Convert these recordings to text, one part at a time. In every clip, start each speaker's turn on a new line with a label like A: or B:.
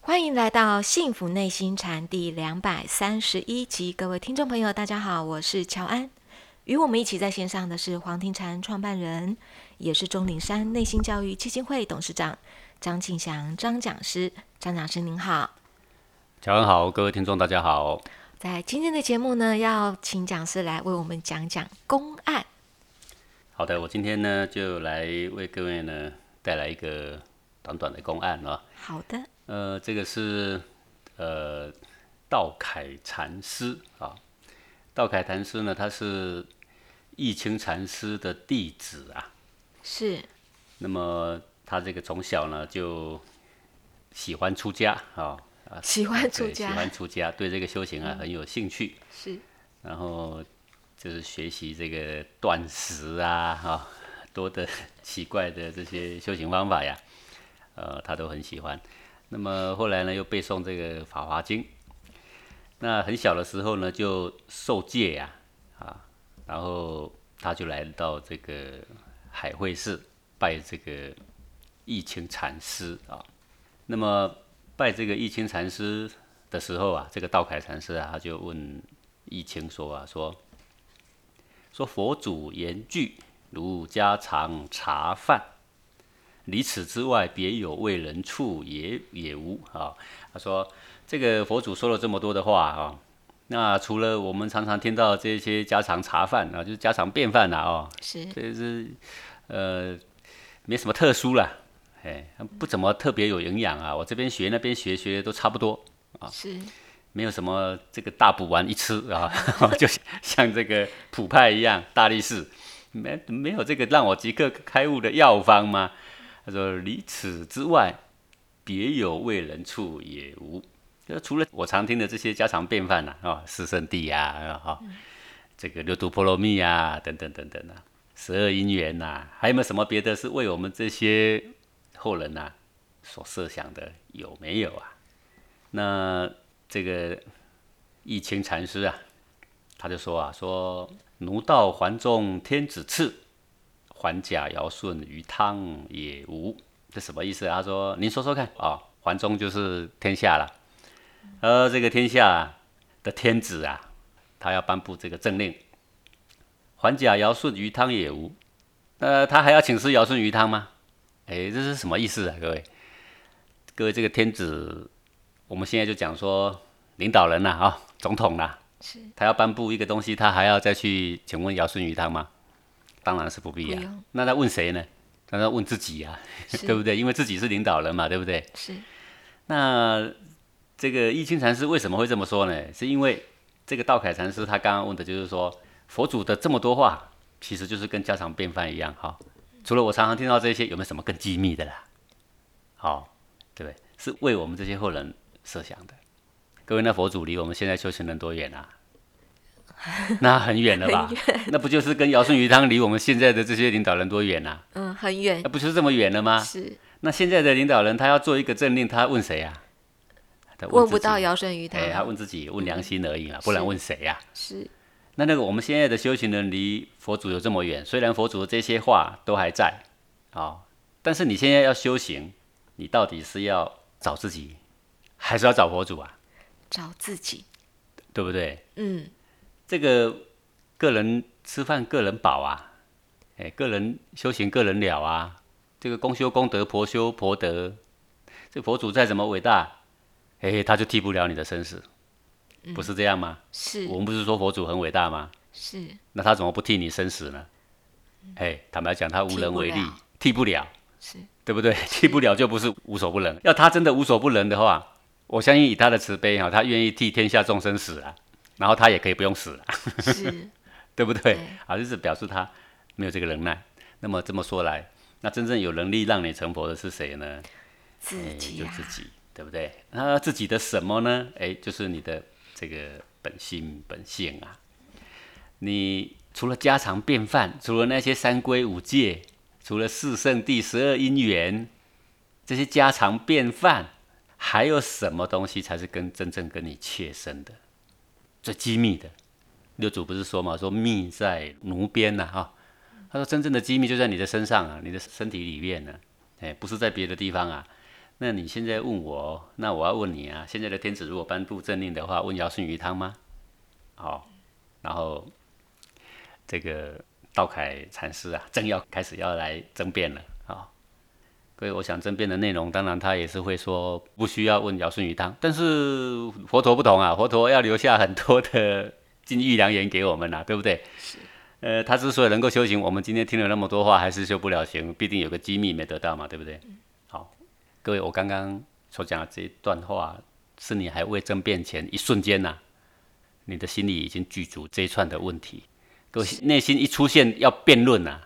A: 欢迎来到《幸福内心禅》第两百三十一集，各位听众朋友，大家好，我是乔安。与我们一起在线上的是黄庭禅创办人，也是钟灵山内心教育基金会董事长张庆祥张讲师。张讲师您好，
B: 乔安好，各位听众大家好。
A: 在今天的节目呢，要请讲师来为我们讲讲公案。
B: 好的，我今天呢就来为各位呢带来一个短短的公案啊。
A: 好的，
B: 呃，这个是呃道凯禅师啊，道凯禅师呢，他是义清禅师的弟子啊。
A: 是
B: 那么他这个从小呢就喜欢出家啊，啊
A: 喜欢出
B: 对喜
A: 家嗯
B: 欢，出家，对这个修行啊很有兴趣。
A: 是
B: 然后就是学习这个断食啊，哈、多的奇怪的这些修行方法呀，呃，他都很喜欢。那么后来呢，又背诵这个《法华经》。那很小的时候呢，就受戒呀、啊，然后他就来到这个海会寺拜这个义清禅师啊。那么拜这个义清禅师的时候啊，这个道凯禅师啊，他就问义清说啊，说说佛祖言句如家常茶饭，离此之外别有为人处也也无啊。他说这个佛祖说了这么多的话啊。那除了我们常常听到这些家常茶饭啊，就是家常便饭啦、啊、哦，
A: 是
B: 这是呃没什么特殊啦，哎，不怎么特别有营养啊。我这边学那边学学的都差不多，啊
A: 是
B: 没有什么这个大补丸一吃啊， 就像这个普派一样，大力士没没有这个让我即刻开悟的药方吗？他说离此之外，别有为人处也无。就除了我常听的这些家常便饭呐、啊，啊，四圣谛呀，啊，哈这个六度波罗蜜呀、啊，等等等等啊，十二因缘呐、还有没有什么别的是为我们这些后人呐、所设想的有没有啊？那这个义清禅师啊，他就说啊，说奴道还中天子赐，还甲尧舜于汤也无，这什么意思啊？他说，您说说看啊、还中就是天下了，呃，这个天下的天子啊，他要颁布这个政令，还甲尧舜于汤也无，呃，他还要请示尧舜禹汤吗？哎，这是什么意思啊，各位？各位，这个天子我们现在就讲说，领导人呐、啊，总统呐、
A: 是，
B: 他要颁布一个东西，他还要再去请问尧舜禹汤吗？当然是不必
A: 不
B: 呀、
A: 用
B: 那他问谁呢？那他问自己呀、
A: 是
B: 对不对？因为自己是领导人嘛，对不对？
A: 是
B: 那这个义清禅师为什么会这么说呢？是因为这个道凯禅师他刚刚问的就是说，佛祖的这么多话，其实就是跟家常便饭一样哈、除了我常常听到这些，有没有什么更机密的啦？好、对不对？是为我们这些后人设想的。各位，那佛祖离我们现在修行人多远啊？ 那很远了吧？那不就是跟尧舜禹汤离我们现在的这些领导人多远啊？
A: 嗯，很远
B: 那不就是这么远了吗？
A: 是
B: 那现在的领导人他要做一个政令，他问谁啊？他
A: 问
B: 自
A: 不
B: 己
A: 到尧舜禹汤
B: 哎，，他问自己，问良心而已嘛，不然
A: 是
B: 问谁呀、
A: 是
B: 那那个我们现在的修行人离佛祖有这么远，虽然佛祖的这些话都还在，啊、但是你现在要修行，你到底是要找自己，还是要找佛祖啊？
A: 找自己，
B: 对不对？
A: 嗯，
B: 这个个人吃饭个人饱啊，哎，个人修行个人了啊，这个公修公德，婆修婆德，这佛祖再怎么伟大，哎，他就替不了你的生死，不是这样吗？
A: 是
B: 我们不嗯是说佛祖很伟大吗？
A: 是
B: 那他怎么不替你生死呢？哎，坦白讲，他无
A: 替
B: 能
A: 不
B: 为力
A: 了，
B: 替不了，
A: 是
B: 对不对？ 替不了就不是无所不能。要他真的无所不能的话，我相信以他的慈悲哈，他愿意替天下众生死啊，然后他也可以不用死啊，
A: 是
B: 对不对
A: 对？
B: 啊，就是表示他没有这个能耐。那么这么说来，那真正有能力让你成佛的是谁呢？
A: 自己
B: 哎就
A: 啊
B: 自，己，对不对？那自己的什么呢？哎，就是你的这个本性本性啊。你除了家常便饭，除了那些三规五戒，除了四圣谛、十二因缘这些家常便饭，还有什么东西才是跟真正跟你切身的、最机密的？六祖不是说嘛，说密在奴边呐、哈、他说真正的机密就在你的身上啊，你的身体里面呢、哎，不是在别的地方啊。那你现在问我，那我要问你啊，现在的天子如果颁布政令的话，问尧舜禹汤吗？好、然后这个道凯禅师啊，正要开始要来争辩了啊、各位，我想争辩的内容，当然他也是会说不需要问尧舜禹汤，但是佛陀不同啊，佛陀要留下很多的金玉良言给我们呐、啊，对不对？呃，他之所以能够修行，我们今天听了那么多话，还是修不了行，必定有个机密没得到嘛，对不对？好，各位，我刚刚所讲的这一段话，是你还未争辩前一瞬间呐、你的心里已经具足这一串的问题。各位内心一出现要辩论啊，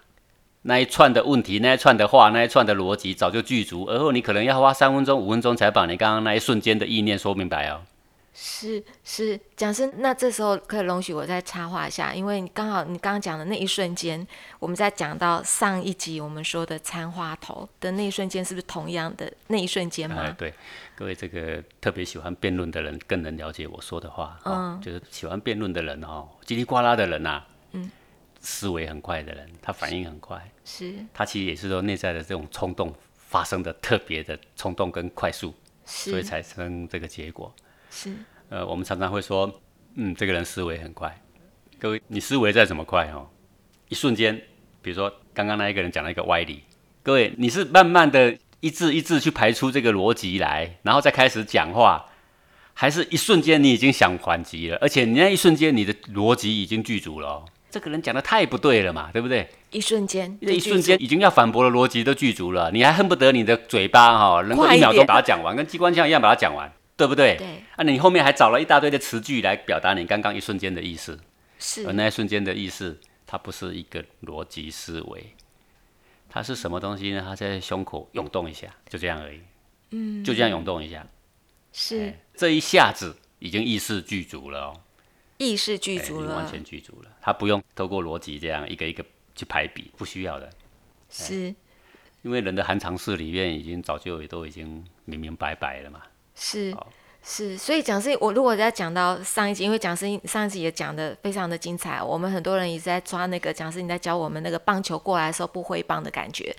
B: 那一串的问题、那一串的话、那一串的逻辑早就具足，而后你可能要花三分钟、五分钟才把你刚刚那一瞬间的意念说明白哦。
A: 是是，讲师，那这时候可以容许我再插话一下，因为你刚好你刚刚讲的那一瞬间，我们在讲到上一集我们说的参花头的那一瞬间，是不是同样的那一瞬间
B: 哎，
A: 吗？
B: 对，各位这个特别喜欢辩论的人更能了解我说的话，哦，就是喜欢辩论的人哦，叽里呱啦的人呐、啊，思维很快的人，他反应很快，
A: 是
B: 他其实也是说内在的这种冲动发生的特别的冲动跟快速，所以
A: 是
B: 才生这个结果。
A: 是，
B: 呃，我们常常会说，嗯，这个人思维很快。各位，你思维再怎么快哦，一瞬间，比如说刚刚那一个人讲了一个歪理，各位，你是慢慢的一字一字去排出这个逻辑来，然后再开始讲话，还是一瞬间你已经想反击了，而且你那一瞬间你的逻辑已经具足了、哦。这个人讲的太不对了嘛，对不对？
A: 一瞬间，
B: 那一瞬间已经要反驳的逻辑都具足了，你还恨不得你的嘴巴哈、能够
A: 快一
B: 一秒钟
A: 点
B: 把它讲完，跟机关枪一样把它讲完，对不对？
A: 对。
B: 啊，你后面还找了一大堆的词句来表达你刚刚一瞬间的意思，
A: 是
B: 哦而那一瞬间的意思，它不是一个逻辑思维，它是什么东西呢？它在胸口涌动一下，就这样而已。嗯，就这样涌动一下，哎
A: 是
B: 这一下子已经意识具足了哦。
A: 意识具
B: 哎
A: 足
B: 你
A: 了
B: 完，全具足了，他不用透过逻辑这样一个一个去排比，不需要的。
A: 是
B: 因为人的寒常识里面已经早就也都已经明明白白了嘛。
A: 是
B: 好
A: 是，所以讲师，我如果在讲到上一集，因为讲师上一集也讲的非常的精彩，我们很多人一直在抓那个讲师你在教我们那个棒球过来的时候不挥棒的感觉。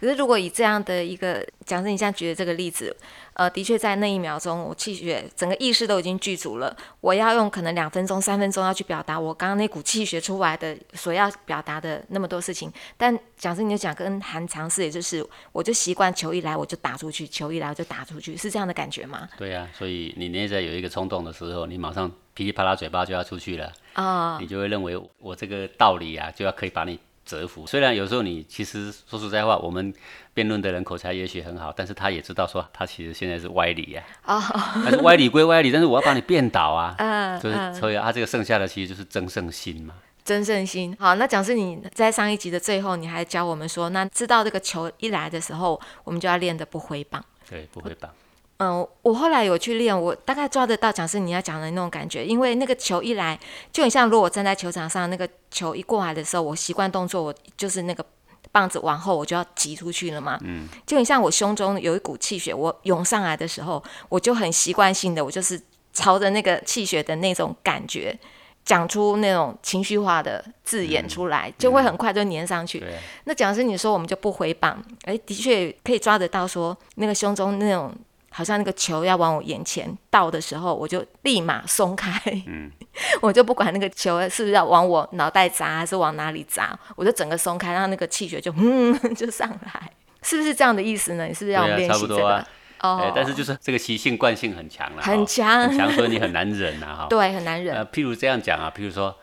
A: 可是如果以这样的一个讲师，你现在举的这个例子，呃，的确在那一秒钟，我气血整个意识都已经具足了，我要用可能两分钟、三分钟要去表达我刚刚那股气血出来的所要表达的那么多事情。但讲师你就讲跟韩常识，也就是我就习惯球一来我就打出去，球一来我就打出去，是这样的感觉吗？
B: 对呀、所以你内在有一个冲动的时候，你马上噼里啪啦嘴巴就要出去了，
A: 啊、
B: 你就会认为我这个道理啊，就要可以把你折服。虽然有时候你其实说实在话，我们辩论的人口才也许很好，但是他也知道说他其实现在是歪理呀、啊。但是歪理归歪理，但是我要把你辩倒啊。
A: 哦 嗯
B: 就是所以他这个剩下的其实就是争胜心嘛。
A: 真胜心。好，那讲师你在上一集的最后，你还教我们说，那知道这个球一来的时候，我们就要练的不挥棒。
B: 对，不会吧？
A: 嗯，我后来有去练，我大概抓得到讲师你要讲的那种感觉，因为那个球一来，就很像如果我站在球场上，那个球一过来的时候，我习惯动作，我就是那个棒子往后，我就要挤出去了嘛。嗯，就很像我胸中有一股气血，我涌上来的时候，我就很习惯性的，我就是朝着那个气血的那种感觉。讲出那种情绪化的字眼出来，就会很快就粘上去。
B: 嗯对啊，
A: 那讲师你说我们就不回棒，哎，的确可以抓得到说那个胸中那种好像那个球要往我眼前到的时候，我就立马松开，嗯， 我就不管那个球是不是要往我脑袋砸还是往哪里砸，我就整个松开，让那个气血就嗯 就上来，是不是这样的意思呢？你是不是要我们
B: 对啊
A: 练
B: 差
A: 习
B: 不
A: 这
B: 多
A: 个？
B: 啊哎、
A: 哦，
B: 但是就是这个习性惯性很强了、
A: 很
B: 哦
A: 强
B: 很强，所以你很难忍啊哈。
A: 对很难忍，
B: 呃，譬如这样讲啊，譬如说，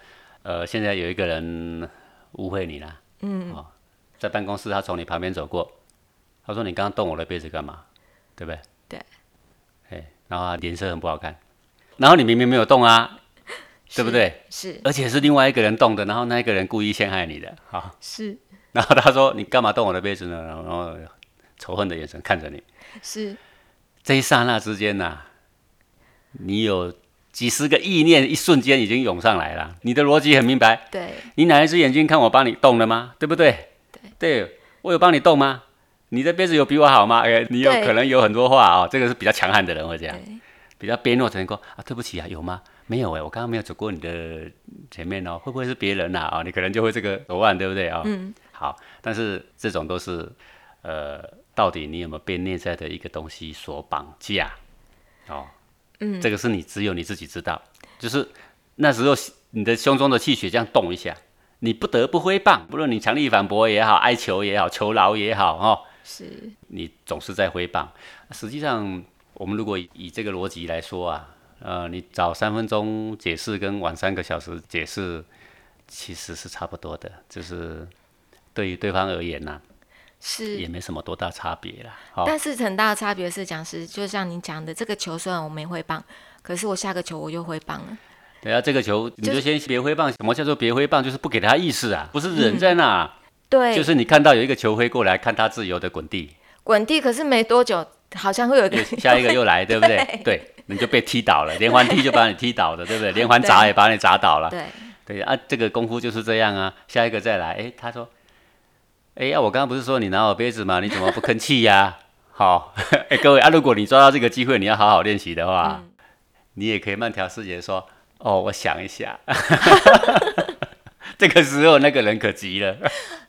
B: 呃，现在有一个人误会你啦，嗯，哦，在办公室他从你旁边走过，他说你刚刚动我的杯子干嘛？对不对？
A: 对。
B: 哎，然后他脸色很不好看，然后你明明没有动啊，对不对？
A: 是
B: 而且是另外一个人动的，然后那一个人故意陷害你的，好、
A: 是
B: 然后他说你干嘛动我的杯子呢？然后然后仇恨的眼神看着你，
A: 是
B: 这一刹那之间呐、你有几十个意念，一瞬间已经涌上来了。你的逻辑很明白，
A: 对
B: 你哪一只眼睛看我帮你动了吗？对不对？对，我有帮你动吗？你的杯子有比我好吗？哎、你有
A: 对
B: 可能有很多话啊、这个是比较强悍的人会这样，
A: 对
B: 比较卑懦的人说啊，对不起啊，有吗？没有哎、我刚刚没有走过你的前面哦，会不会是别人呐、啊？哦你可能就会这个手腕，对不对啊？嗯。好，但是这种都是呃到底你有没有被内在的一个东西所绑架？哦，嗯，这个是你只有你自己知道，就是那时候你的胸中的气血这样动一下，你不得不挥棒，不论你强力反驳也好，哀求也好，求饶也好，哦，
A: 是
B: 你总是在挥棒。实际上，我们如果以以这个逻辑来说啊，呃，你早三分钟解释跟晚三个小时解释，其实是差不多的，就是对于对方而言呐、也
A: 是。
B: 没什么多大差别啦。哦好、
A: 但是很大的差别是，讲师就像你讲的，这个球虽然我没挥棒，可是我下个球我又挥棒了。
B: 等啊下这个球你
A: 就
B: 就先别挥棒，什么叫做别挥棒？就是不给他意识啊，不是忍在那，
A: 嗯对，
B: 就是你看到有一个球挥过来，看他自由的滚地，
A: 滚地，可是没多久好像会有一个
B: 又下一个又来，对不对？对，你就被踢倒了，连环踢就把你踢倒了，对 不对？连环砸也把你砸倒了。
A: 对
B: 对 啊，这个功夫就是这样啊。下一个再来，诶，他说，诶，啊，我刚刚不是说你拿我杯子吗？你怎么不吭气呀、 好，诶，各位啊，如果你抓到这个机会，你要好好练习的话，你也可以慢条斯理的说，哦，我想一下。 这个时候那个人可急了，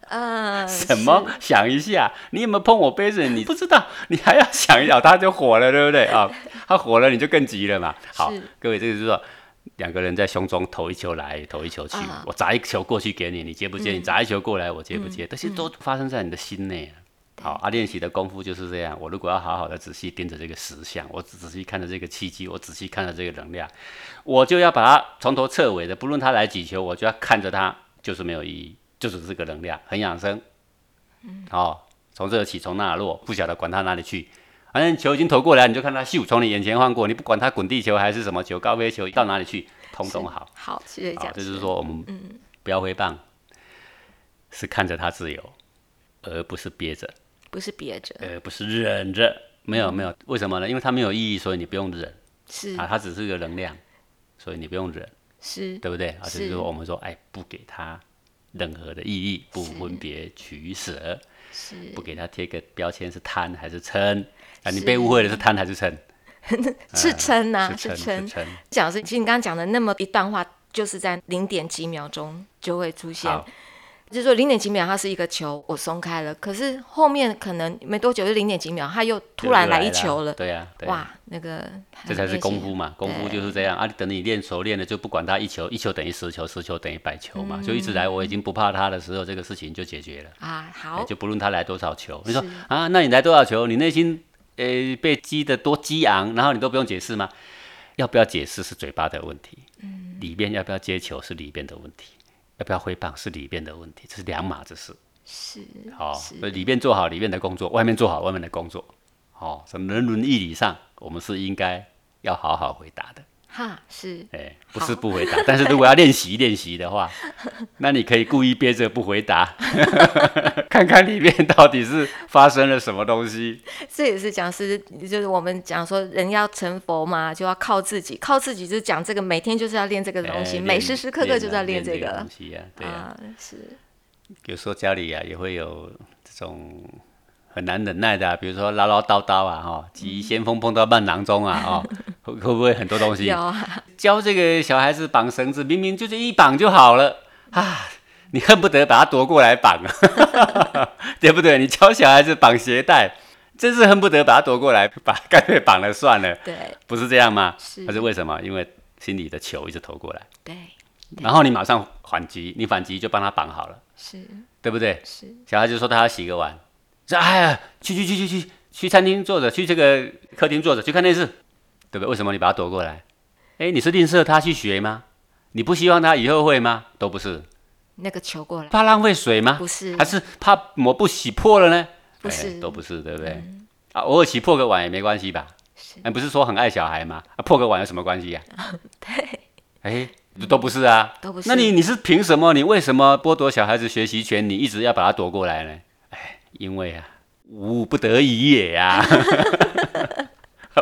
A: 呃，
B: 什么想一下？你有没有碰我杯子？你不知道，你还要想一下，他就火了，对不对啊、他火了，你就更急了嘛。好
A: 是，
B: 各位，这个就是说，两个人在胸中投一球来，投一球去。
A: 啊
B: 我砸一球过去给你，你接不接？你砸一球过来，我接不接？这些都发生在你的心内。好，啊，练习的功夫就是这样。我如果要好好的仔细盯着这个实相，我仔仔细看着这个契机，我仔细看着这个能量，我就要把它从头彻尾的，不论它来几球，我就要看着它，就是没有意义，就是这个能量，很养生。嗯，好、从这起，从那落，不晓得管它哪里去。反正球已经投过来，你就看它咻从你眼前晃过，你不管它滚地球还是什么球、高飞球到哪里去，通通好。
A: 好，谢谢
B: 好，
A: 讲
B: 这就
A: 师
B: 是。说我们不要挥棒，是看着它自由，而不是憋着，
A: 不是憋着，
B: 而不是忍着。没有没有，为什么呢？因为它没有意义，所以你不用忍
A: 是
B: 啊，它只是一个能量，所以你不用忍。
A: 是
B: 对不对？啊，就是
A: 是
B: 说我们说，哎，不给他任何的意义，不分别取舍，
A: 是，
B: 不给他贴个标签是贪还是嗔啊？你
A: 是
B: 被误会的是贪还是嗔？
A: 是撑啊，
B: 呃是
A: 是
B: 嗔，是
A: 撑。
B: 嗔。
A: 讲师，其实你刚刚讲的那么一段话，就是在零点几秒钟就会出现。
B: 好，
A: 就是说零点几秒，它是一个球，我松开了，可是后面可能没多久就零点几秒，它又突然来一球了，
B: 对呀、对啊，
A: 哇，那个
B: 这才是功夫嘛，功夫
A: 啊对
B: 就是这样啊。等你练熟练了，就不管他一球，一球等于十球，十球等于百球
A: 嗯
B: 嘛，就一直来。我已经不怕他的时候，这个事情就解决了。
A: 啊，
B: 哎
A: 好，
B: 就不论他来多少球，你说
A: 是
B: 啊，那你来多少球，你内心呃被激得多激昂，然后你都不用解释吗？要不要解释是嘴巴的问题，嗯，里边要不要接球是里边的问题，要不要挥棒是里边的问题，这是两码子事。
A: 是
B: 好、
A: 是
B: 所以里边做好里面的工作，外面做好外面的工作。好、什么人伦义理上，我们是应该要好好回答的。
A: 哈是
B: 哎，不是不回答，但是如果要练习练习的话，那你可以故意憋着不回答， 看看里面到底是发生了什么东西。
A: 这也是讲师，就是我们讲说人要成佛嘛，就要靠自己，靠自己就是讲这个，每天就是要练这个东西，
B: 哎
A: 每时时刻刻就是要
B: 练
A: 这
B: 这
A: 个
B: 东西啊，对啊。
A: 啊，是
B: 有时候家里啊也会有这种很难忍耐的、啊，比如说唠唠叨叨啊，哦，
A: 嗯
B: 急先锋碰到慢郎中啊，哦，会会不会很多东西？
A: 有啊，
B: 教这个小孩子绑绳子，明明就是一绑就好了啊！你恨不得把他夺过来绑，啊 对不对？你教小孩子绑鞋带，真是恨不得把他夺过来，把干脆绑了算了，
A: 对
B: 不是这样吗？
A: 是
B: 那是为什么？因为心里的球一直投过来，
A: 对
B: 然后你马上反击，你反击就帮他绑好了，
A: 是
B: 对不对？
A: 是
B: 小孩就说他要洗个碗，说哎呀，去去去去去去餐厅坐着，去这个客厅坐着，去看电视，对不对？为什么你把他躲过来？哎，你是吝啬他去学吗？你不希望他以后会吗？都不是，
A: 那个球过来，
B: 怕浪费水吗？
A: 不是
B: 还是怕抹布洗破了呢？
A: 不
B: 哎
A: 是嗯
B: 都不是，对不对？啊，偶尔洗破个碗也没关系吧？哎，不是说很爱小孩吗？啊，破个碗有什么关系呀、
A: 对
B: 哎，都不是啊，
A: 都不是
B: 那你你是凭什么？你为什么剥夺小孩子学习权？你一直要把他夺过来呢？哎，因为啊，吾不得已也呀、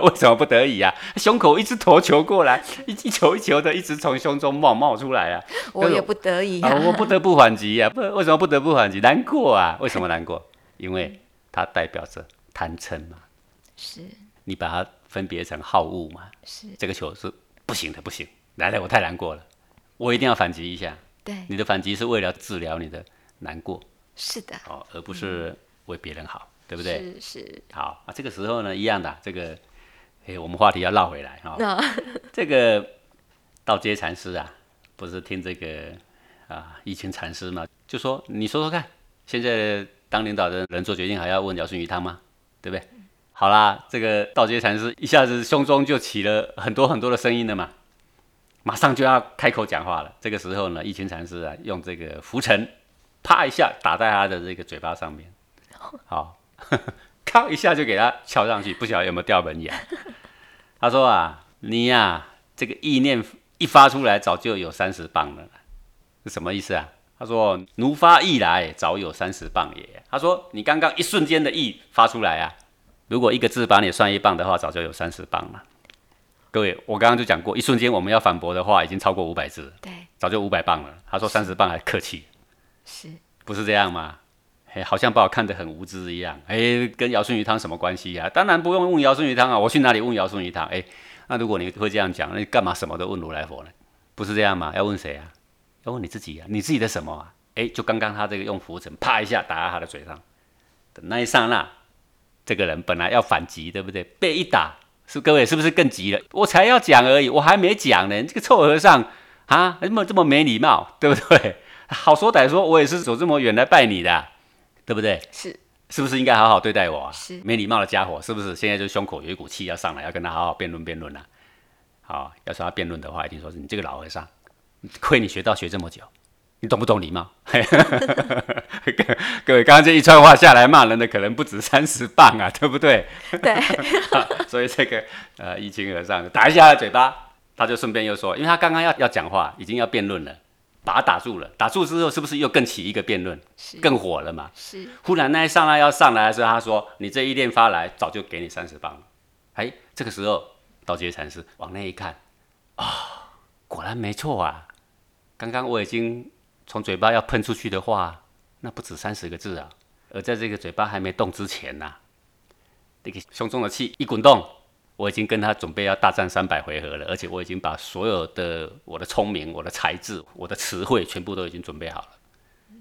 B: 为什么不得已啊？胸口一直投球过来，一一球一球的，一直从胸中冒冒出来啊！
A: 我也不得已
B: 啊
A: 啊，，
B: 我不得不反击啊！不，为什么不得不反击？难过啊！为什么难过？因为它代表着贪嗔嘛。
A: 是
B: 你把它分别成好恶嘛，
A: 是
B: 这个球是不行的，不行，来来，我太难过了，我一定要反击一下。
A: 对
B: 你的反击是为了治疗你的难过
A: 是的，
B: 哦，而不是为别人好。对不对？
A: 嗯是是，
B: 好啊，这个时候呢，一样的啊，这个，哎、我们话题要绕回来哈、哦
A: 那、
B: 这个道阶禅师啊，不是听这个啊一清禅师嘛，就说你说说看，现在当领导的人做决定还要问姚顺鱼汤吗？对不对？好啦，这个道阶禅师一下子胸中就起了很多很多的声音了嘛，马上就要开口讲话了。这个时候呢，一清禅师啊，用这个拂尘，啪一下打在他的这个嘴巴上面，好， 咔一下就给他敲上去，不晓得有没有掉门牙。他说啊，你呀、这个意念一发出来，早就有三十磅了。是什么意思啊？他说奴发意来，早有三十磅也。他说你刚刚一瞬间的意发出来啊，如果一个字把你算一磅的话，早就有三十磅了。各位，我刚刚就讲过，一瞬间我们要反驳的话，已经超过五百字了，
A: 对，
B: 早就五百磅了。他说三十磅还客气，
A: 是
B: 不是这样吗？哎，好像把我看得很无知一样。哎，跟姚顺鱼汤什么关系呀、当然不用问姚顺鱼汤啊，我去哪里问姚顺鱼汤？哎，那如果你会这样讲，那你干嘛什么都问如来佛呢？不是这样吗？要问谁啊？要问你自己啊，你自己的什么啊？哎，就刚刚他这个用浮尘啪一下打在他的嘴上的那一刹那，这个人本来要反击，对不对？被一打，是各位是不是更急了？我才要讲而已，我还没讲呢，你这个臭和尚啊，这么这么没礼貌，对不对？ 好说歹说，我也是走这么远来拜你的啊、对不对？
A: 是，
B: 是不是应该好好对待我啊？
A: 是
B: 没礼貌的家伙，是不是？现在就胸口有一股气要上来，要跟他好好辩论辩论啊！好，要说他辩论的话，一定说是你这个老和尚，亏你学道学这么久，你懂不懂礼貌？ 各位，刚刚这一串话下来，骂人的可能不止三十磅啊，对不 对？
A: 对，
B: 所以这个呃，一清和尚打一下他的嘴巴，他就顺便又说，因为他刚刚要要讲话，已经要辩论了，把他打住了。打住之后，是不是又更起一个辩论，
A: 是
B: 更火了嘛？
A: 是
B: 忽然那一上来要上来的时候，他说：“你这一念发来，早就给你三十磅了。”哎，这个时候道杰禅师往那一看，啊、啊果然没错啊！刚刚我已经从嘴巴要喷出去的话，那不止三十个字啊！而在这个嘴巴还没动之前呐、这个胸中的气一滚动，我已经跟他准备要大战三百回合了，而且我已经把所有的我的聪明、我的才智、我的词汇全部都已经准备好了，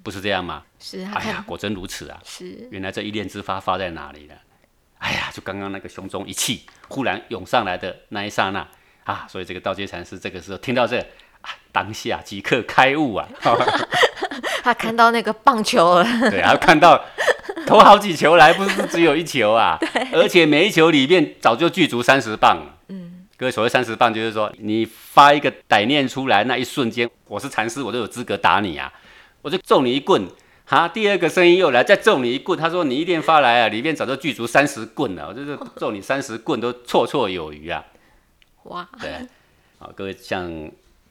B: 不是这样吗？
A: 是，他
B: 哎呀
A: 看，
B: 果真如此啊！
A: 是
B: 原来这一念之发发在哪里呢？哎呀，就刚刚那个胸中一气忽然涌上来的那一刹那啊，所以这个道阶禅师这个时候听到这啊，当下即刻开悟啊！
A: 他看到那个棒球了，
B: 对，然后看到投好几球来，不是只有一球啊，而且每一球里面早就具足三十磅了。嗯，各位所谓三十磅，就是说你发一个歹念出来那一瞬间，我是禅师，我就有资格打你啊，我就揍你一棍。哈，第二个声音又来，再揍你一棍。他说你一念发来啊，里面早就具足三十棍了，我就是揍你三十棍都绰绰有余啊。
A: 哇，
B: 对，好，各位像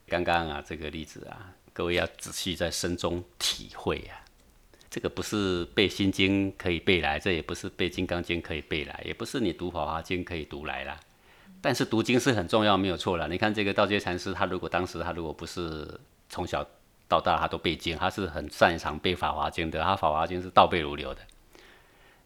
B: 刚刚啊这个例子啊，各位要仔细在深中体会啊。这个不是背心经可以背来，这也不是背金刚经可以背来，也不是你读法华经可以读来啦。但是读经是很重要，没有错啦。你看这个道阶禅师，他如果当时他如果不是从小到大他都背经，他是很擅长背法华经的，他法华经是倒背如流的。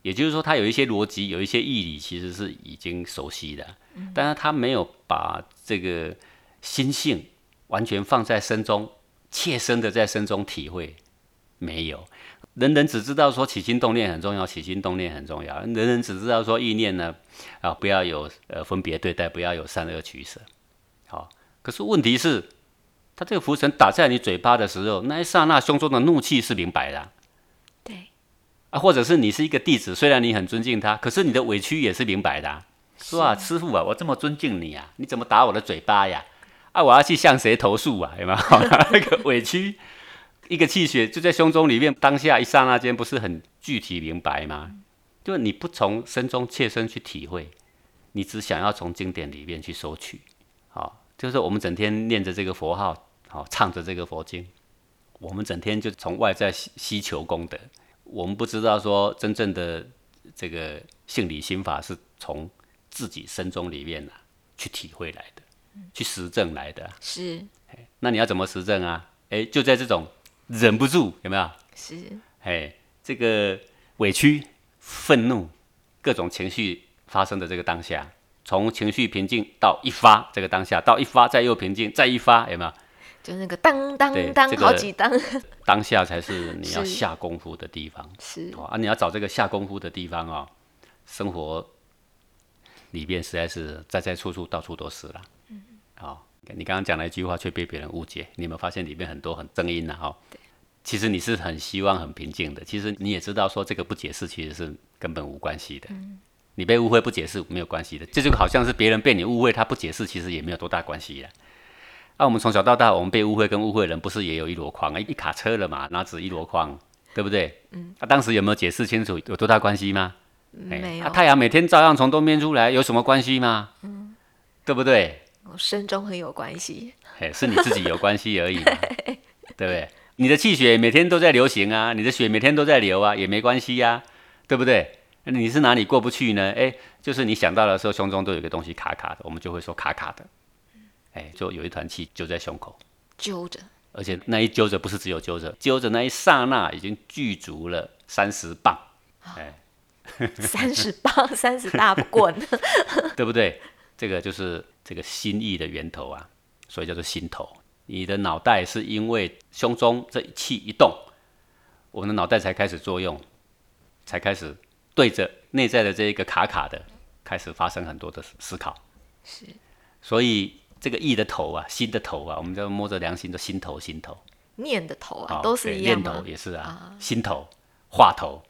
B: 也就是说，他有一些逻辑，有一些义理，其实是已经熟悉的。但是他没有把这个心性完全放在身中，切身的在身中体会，没有。人人只知道说起心动念很重要，起心动念很重要。人人只知道说意念呢，啊，不要有呃分别对待，不要有善恶取舍。好，可是问题是，他这个浮尘打在你嘴巴的时候，那一刹那胸中的怒气是明白的啊、
A: 对，
B: 啊，或者是你是一个弟子，虽然你很尊敬他，可是你的委屈也是明白的、啊。说啊，师傅啊，我这么尊敬你啊，你怎么打我的嘴巴呀？啊，我要去向谁投诉啊？有 没有那个委屈？一个气血就在胸中里面，当下一刹那间，不是很具体明白吗？就是你不从身中切身去体会，你只想要从经典里面去收取。好、就是我们整天念着这个佛号，好、唱着这个佛经，我们整天就从外在希希求功德，我们不知道说真正的这个性理心法是从自己身中里面啊去体会来的，去实证来的啊。
A: 是
B: 那你要怎么实证啊？哎，就在这种忍不住有没有？
A: 是
B: 哎，这个委屈、愤怒各种情绪发生的这个当下，从情绪平静到一发这个当下，到一发再又平静，再一发有没有？
A: 就那个当当
B: 对
A: 当
B: 这，个
A: 好几 当，
B: 当下才是你要
A: 是
B: 下功夫的地方。
A: 是
B: 哦啊，你要找这个下功夫的地方哦，生活里边实在是在在处处到处都是啦。嗯，好、你刚刚讲了一句话却被别人误解，你有没有发现里面很多很正音的、哈、哦？其实你是很希望很平静的，其实你也知道说这个不解释其实是根本无关系的。你被误会不解释没有关系的，这就好像是别人被你误会，他不解释其实也没有多大关系的。啊，我们从小到大，我们被误会跟误会人不是也有一箩筐，一一卡车了嘛，拿纸一箩筐，对不对？嗯。啊，当时有没有解释清楚有多大关系吗？哎
A: 嗯没有
B: 啊，，太阳每天照样从东边出来，有什么关系吗？嗯。对不对？
A: 我深中很有关系，
B: 哎，是你自己有关系而已 嘛，对不对？你的气血每天都在流行啊，你的血每天都在流啊，也没关系呀、对不对？那你是哪里过不去呢？哎，就是你想到的时候，胸中都有一个东西卡卡的，我们就会说卡卡的，哎，就有一团气就在胸口，
A: 揪 着，
B: 而且那一揪着不是只有揪着，揪着那一刹那已经具足了三十磅，哎，
A: 三十磅，三十大棍，
B: 对不对？这个就是这个心意的源头啊，所以叫做心头。你的脑袋是因为胸中这一气一动，我们的脑袋才开始作用，才开始对着内在的这一个卡卡的，开始发生很多的思思考。
A: 是
B: 所以这个意的头啊，心的头啊，我们就摸着良心的心头心头。
A: 念的头啊，
B: 哦
A: 都是
B: 对
A: 一样
B: 念头
A: 吗？嗯
B: 也是啊，心头、话头，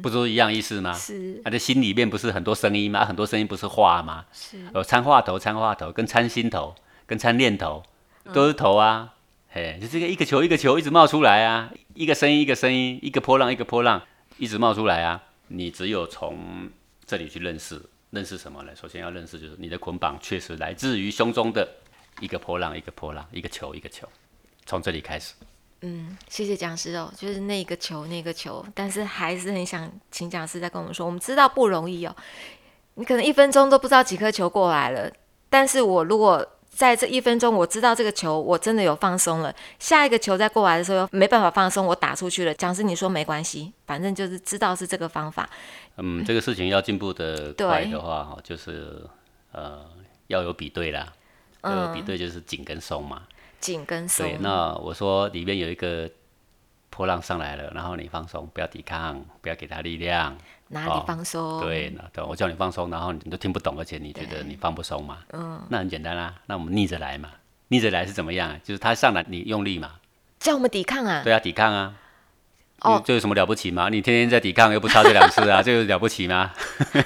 B: 不都一样意思吗？
A: 是
B: 啊，这心里面不是很多声音吗？啊很多声音不是话吗？
A: 是
B: 有参话头、参话头，跟参心头、跟参念头，
A: 嗯
B: 都是头啊。嘿，就这个一个球一个球一直冒出来啊，一个声音一个声音，一个波浪一个波浪，一直冒出来啊。你只有从这里去认识，认识什么呢？首先要认识就是你的捆绑确实来自于胸中的一个波浪一个波浪，一个球一个球，从这里开始。
A: 嗯，谢谢讲师哦，就是那个球，那个球，但是还是很想请讲师再跟我们说，我们知道不容易哦，你可能一分钟都不知道几颗球过来了，但是我如果在这一分钟我知道这个球我真的有放松了，下一个球再过来的时候又没办法放松，我打出去了，讲师你说没关系，反正就是知道是这个方法，
B: 嗯，这个事情要进步的
A: 对
B: 快的话，哈，就是呃要有比对啦，要有比对就是紧跟松嘛。
A: 紧跟松
B: 对，，那我说里面有一个波浪上来了，然后你放松，不要抵抗，不要给它力量。
A: 哪里
B: 哦
A: 放松？
B: 对，那对我叫你放松，然后你都听不懂，而且你觉得你放不松嘛。嗯，那很简单啦、那我们逆着来嘛。逆着来是怎么样？啊就是它上来你用力嘛，
A: 叫我们抵抗啊，
B: 对啊，抵抗啊。
A: 哦
B: 这有什么了不起吗？你天天在抵抗，又不差这两次 啊，这有了不起吗？
A: 那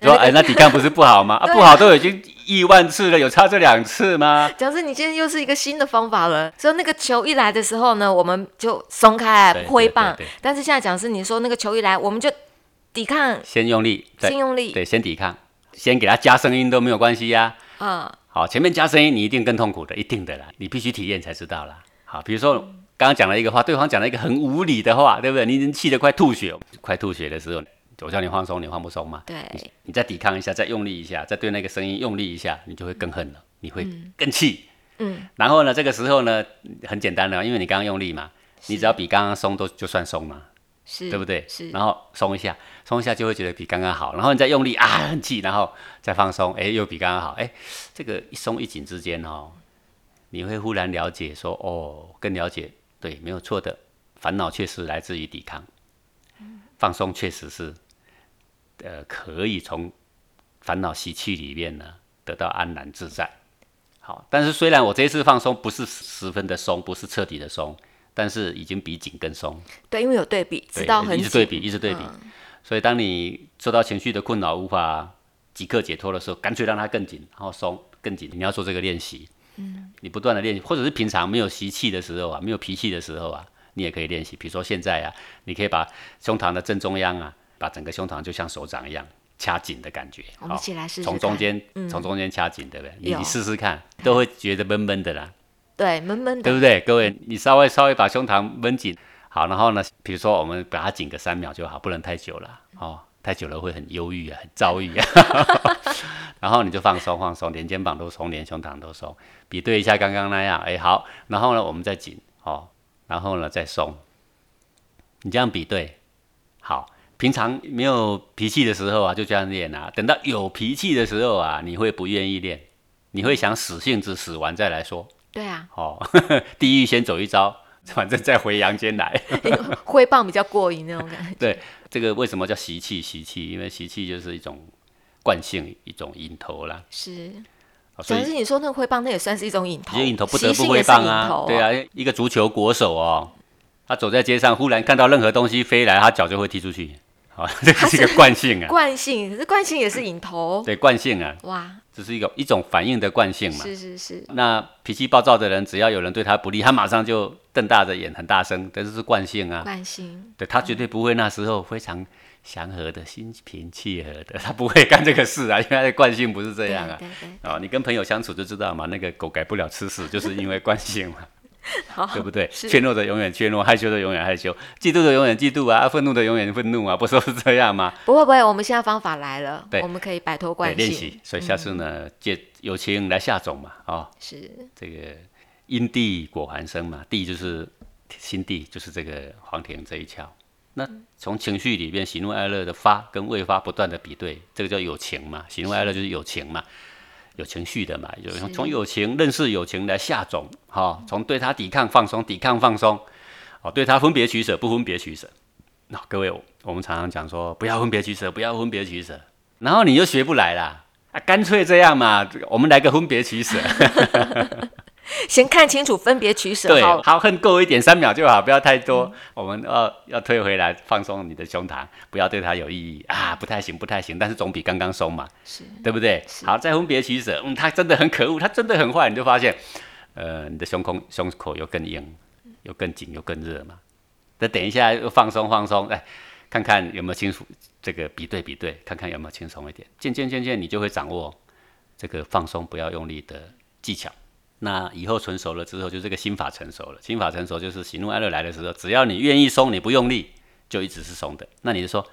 B: 说
A: 个
B: 哎，那抵抗不是不好吗？啊，不好都已经亿万次了，有差这两次吗？
A: 讲师，你今天又是一个新的方法了。所以那个球一来的时候呢，我们就松开
B: 对
A: 挥棒
B: 对对对。
A: 但是现在讲师，你说那个球一来，我们就抵抗，
B: 先用力，再
A: 先用力，
B: 对，先抵抗，先给它加声音都没有关系呀、
A: 嗯，
B: 好，前面加声音你一定更痛苦的，一定的啦，你必须体验才知道啦。好，比如说刚刚讲了一个话，对方讲了一个很无理的话，对不对？你已经气得快吐血，快吐血的时候，我叫你放松，你放不松嘛？
A: 对，
B: 你再抵抗一下，再用力一下，再对那个声音用力一下，你就会更恨了，你会更气。
A: 嗯，
B: 然后呢，这个时候呢，很简单了，因为你刚刚用力嘛，你只要比刚刚松都就算松嘛。
A: 是，
B: 对不对？
A: 是
B: 然后松一下，松一下就会觉得比刚刚好，然后你再用力啊，很气，然后再放松，哎，又比刚刚好，哎，这个一松一紧之间哦，你会忽然了解说，哦，更了解，对，没有错的，烦恼确实来自于抵抗，放松确实是，呃，可以从烦恼习气里面呢得到安然自在。好，但是虽然我这一次放松不是十分的松，不是彻底的松，但是已经比紧更松。
A: 对，因为有对比，
B: 对
A: 知道很嗯
B: 一直对
A: 紧
B: 比，一直对比。所以当你受到情绪的困扰无法即刻解脱的时候，干脆让它更紧，然后松更紧。你要做这个练习，嗯，你不断的练习，或者是平常没有习气的时候啊，没有脾气的时候啊，你也可以练习。比如说现在啊，你可以把胸膛的正中央啊，把整个胸膛就像手掌一样掐紧的感觉。
A: 我们一
B: 好
A: 哦起来试试
B: 从中
A: 看嗯
B: 间，从中间掐紧，对不对？你
A: 有
B: 你试试看，都会觉得闷闷的啦。
A: 对，闷闷
B: 对
A: 的，
B: 不对？各位，你稍微稍微把胸膛闷紧，好，然后呢，比如说我们把它紧个三秒就好，不能太久了哦，太久了会很忧郁啊，很躁郁啊。然后你就放松放松，连肩膀都松，连胸膛都松，比对一下刚刚那样，哎好，然后呢我们再紧哦，然后呢再松，你这样比对，好。平常没有脾气的时候啊，就这样练啊。等到有脾气的时候啊，你会不愿意练，你会想死性子，死完再来说。
A: 对啊，
B: 哦， 地狱先走一遭，反正再回阳 间来。
A: 挥棒比较过瘾那种 感觉。
B: 对，这个为什么叫习气？习气，因为习气就是一种惯性，一种瘾头啦。
A: 是，
B: 哦所
A: 但
B: 以
A: 是你说那个挥棒，那也算是一种瘾头，
B: 这些瘾头不
A: 习
B: 得不
A: 性
B: 挥
A: 也是
B: 棒
A: 瘾
B: 啊。
A: 头
B: 对，啊，一个足球国手哦，他走在街上，忽然看到任何东西飞来，他脚就会踢出去。好、 这个是一个惯性 啊。
A: 惯性，可是惯性也是瘾头。
B: 对，惯性啊，
A: 哇，
B: 这是一个一种反应的惯性嘛。
A: 是是是，
B: 那脾气暴躁的人，只要有人对他不利，他马上就瞪大着眼，很大声，这就是惯性啊。
A: 惯性
B: 对他绝对不会那时候非常祥和的心平气和的，他不会干这个事啊，因为他的惯性不是这样啊。
A: 对对对，
B: 啊、你跟朋友相处就知道嘛，那个狗改不了吃屎， 就是因为惯性嘛，
A: 好，
B: 对啊不对？
A: 是
B: 怯懦的永远怯懦，害羞的永远害羞，嫉妒的永远嫉妒啊，愤怒的永远愤怒啊，不是都是这样吗？
A: 不会不会，我们现在方法来了
B: 对，
A: 我们可以摆脱
B: 对，
A: 惯
B: 练
A: 性
B: 习。。所以下次呢，借友情来下种嘛，啊、
A: 是，
B: 这个因地果还生嘛，地就是心地，就是这个黄庭这一窍。那从情绪里面，喜怒哀乐的发跟未发不断的比对，这个叫有情嘛，喜怒哀乐就是有情嘛，有情绪的嘛，有从有情认识有情来下种，哈、从对他抵抗放松，抵抗放松，哦，对他分别取舍，不分别取舍。那、各位，我们常常讲说不要分别取舍，不要分别取舍，然后你就学不来啦，啊，干脆这样嘛，这个我们来个分别取舍。
A: 先看清楚分别取舍
B: 对，
A: 好了。嗯
B: 好恨够一点，三秒就好，不要太多。我们要要退回来，放松你的胸膛，不要对它有异议啊，不太行，不太行，但是总比刚刚松嘛，
A: 是
B: 对不对？好，再分别取舍，嗯，它真的很可恶，它真的很坏，你就发现，呃，你的胸空胸口又更硬，又更紧，又更热嘛。那等一下又放松放松，哎，看看有没有清楚这个比对比对，看看有没有轻松一点。渐渐渐渐，你就会掌握这个放松不要用力的技巧。那以后成熟了之后，就这个心法成熟了。心法成熟就是喜怒哀乐来的时候，只要你愿意松，你不用力，就一直是松的。那你就说，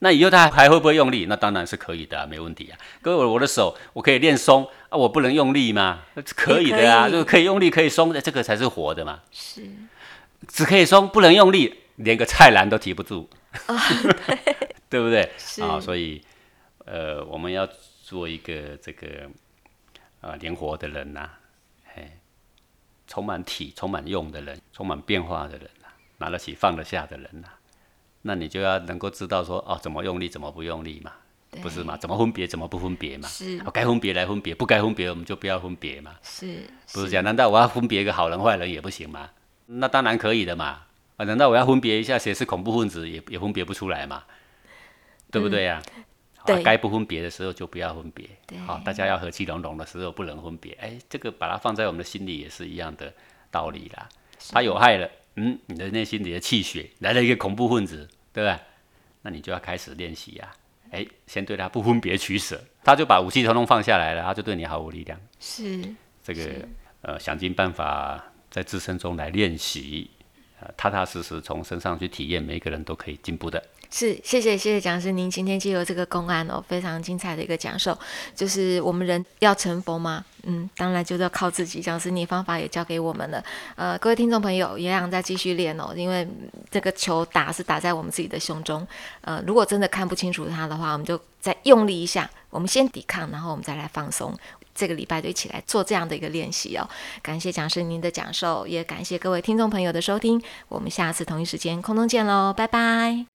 B: 那以后他还会不会用力？那当然是可以的、啊，没问题啊。各位，我的手我可以练松啊，我不能用力吗？可以的啊，
A: 也可以
B: 就可以用力，可以松，哎这个才是活的嘛。
A: 是，
B: 只可以松，不能用力，连个菜篮都提不住， 对不对？
A: 哦是
B: 啊、所以呃，我们要做一个这个呃灵活的人呐、嘿，充满体、充满用的人，充满变化的人呐、拿得起放得下的人呐、那你就要能够知道说哦，怎么用力，怎么不用力嘛，不是嘛？怎么分别，怎么不分别嘛？
A: 是
B: 哦，该分别来分别，不该分别我们就不要分别嘛。
A: 是
B: 不是这样？难道我要分别一个好人坏人也不行吗？那当然可以的嘛。啊，难道我要分别一下谁是恐怖分子也也分别不出来嘛？对不对呀、啊？
A: 嗯对
B: 该不分别的时候就不要分别
A: 对。
B: 好、大家要和气融融的时候不能分别。哎，这个把它放在我们的心里也是一样的道理啦。它有害了，嗯，你的内心里的气血来了一个恐怖分子，对吧？那你就要开始练习呀、哎，先对他不分别取舍，他就把武器统统放下来了，他就对你毫无力量。
A: 是
B: 这个呃，想尽办法在自身中来练习，呃，踏踏实实从身上去体验，每一个人都可以进步的。
A: 是，谢谢谢谢讲师，您今天借由这个公案哦，非常精彩的一个讲授，就是我们人要成佛嘛，嗯，当然就是要靠自己，讲师你方法也教给我们了，呃，各位听众朋友也想再继续练哦，因为嗯这个球打是打在我们自己的胸中，呃，如果真的看不清楚它的话，我们就再用力一下，我们先抵抗，然后我们再来放松。这个礼拜就一起来做这样的一个练习哦。感谢讲师您的讲授，也感谢各位听众朋友的收听，我们下次同一时间空中见喽，拜拜。